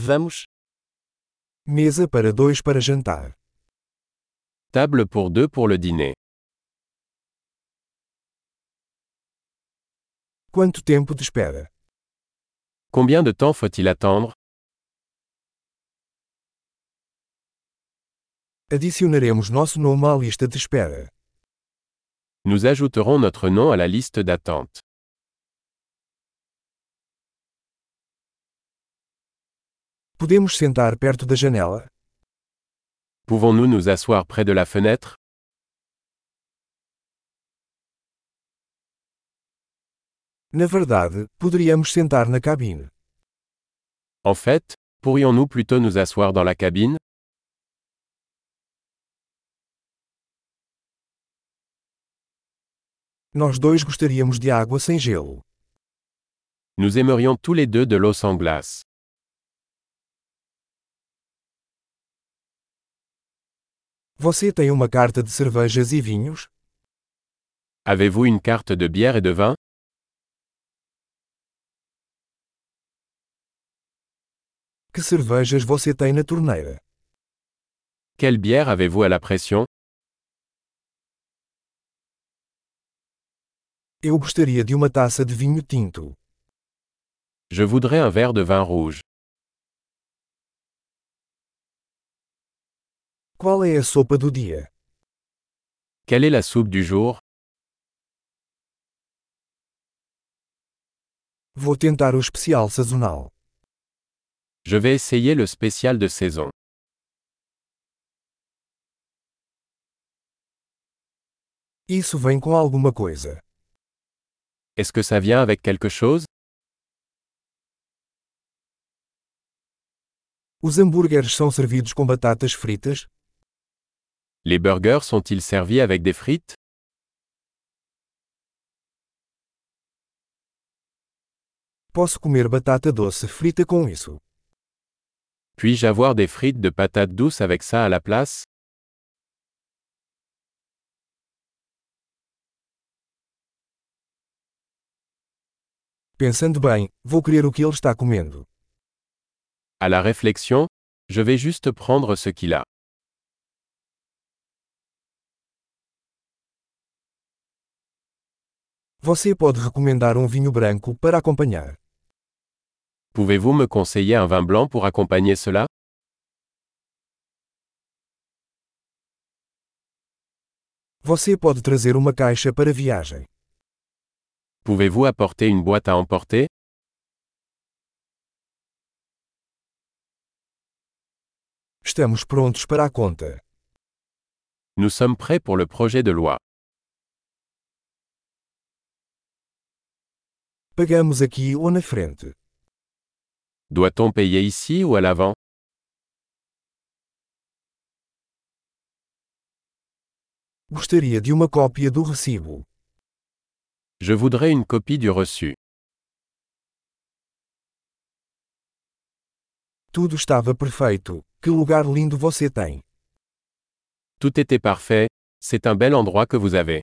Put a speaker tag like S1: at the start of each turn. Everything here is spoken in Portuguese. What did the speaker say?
S1: Vamos.
S2: Mesa para dois para jantar.
S3: Table pour deux pour le dîner.
S2: Quanto tempo de espera?
S3: Combien de temps faut-il attendre
S2: Adicionaremos nosso nome à lista de espera.
S3: Nous ajouterons notre nom à la liste d'attente.
S2: Podemos sentar perto da janela?
S3: Pouvons-nous nous asseoir près de la fenêtre
S2: Na verdade, poderíamos sentar na cabine.
S3: En fait, pourrions-nous plutôt nous asseoir dans la cabine
S2: Nós dois gostaríamos de água sem gelo.
S3: Nous aimerions tous les deux de l'eau sans glace.
S2: Você tem uma carta de cervejas e vinhos?
S3: Avez-vous une carte de bière et de vin
S2: Que cervejas você tem na torneira?
S3: Quelle bière avez-vous à la pression
S2: Eu gostaria de uma taça de vinho tinto.
S3: Je voudrais un verre de vin rouge.
S2: Qual é a sopa do dia?
S3: Quelle est la soupe du jour
S2: Vou tentar o especial sazonal.
S3: Je vais essayer le spécial de saison.
S2: Isso vem com alguma coisa.
S3: Est-ce que ça vient avec quelque chose
S2: Os hambúrgueres são servidos com batatas fritas?
S3: Les burgers sont-ils servis avec des frites
S2: Posso comer batata doce frita com isso.
S3: Puis-je avoir des frites de patates douces avec ça à la place
S2: Pensando bem, vou querer o que ele está comendo.
S3: À la réflexion, je vais juste prendre ce qu'il a.
S2: Você pode recomendar um vinho branco para acompanhar.
S3: Pouvez-vous me conseiller un vin blanc pour accompagner cela
S2: Você pode trazer uma caixa para viagem.
S3: Pouvez-vous apporter une boîte à emporter
S2: Estamos prontos para a conta.
S3: Nous sommes prêts pour le projet de loi.
S2: Pagamos aqui ou na frente.
S3: Doit-on payer ici ou à l'avant
S2: Gostaria de uma cópia do recibo.
S3: Je voudrais une copie du reçu.
S2: Tudo estava perfeito. Que lugar lindo você tem!
S3: Tout était parfait, c'est un bel endroit que vous avez.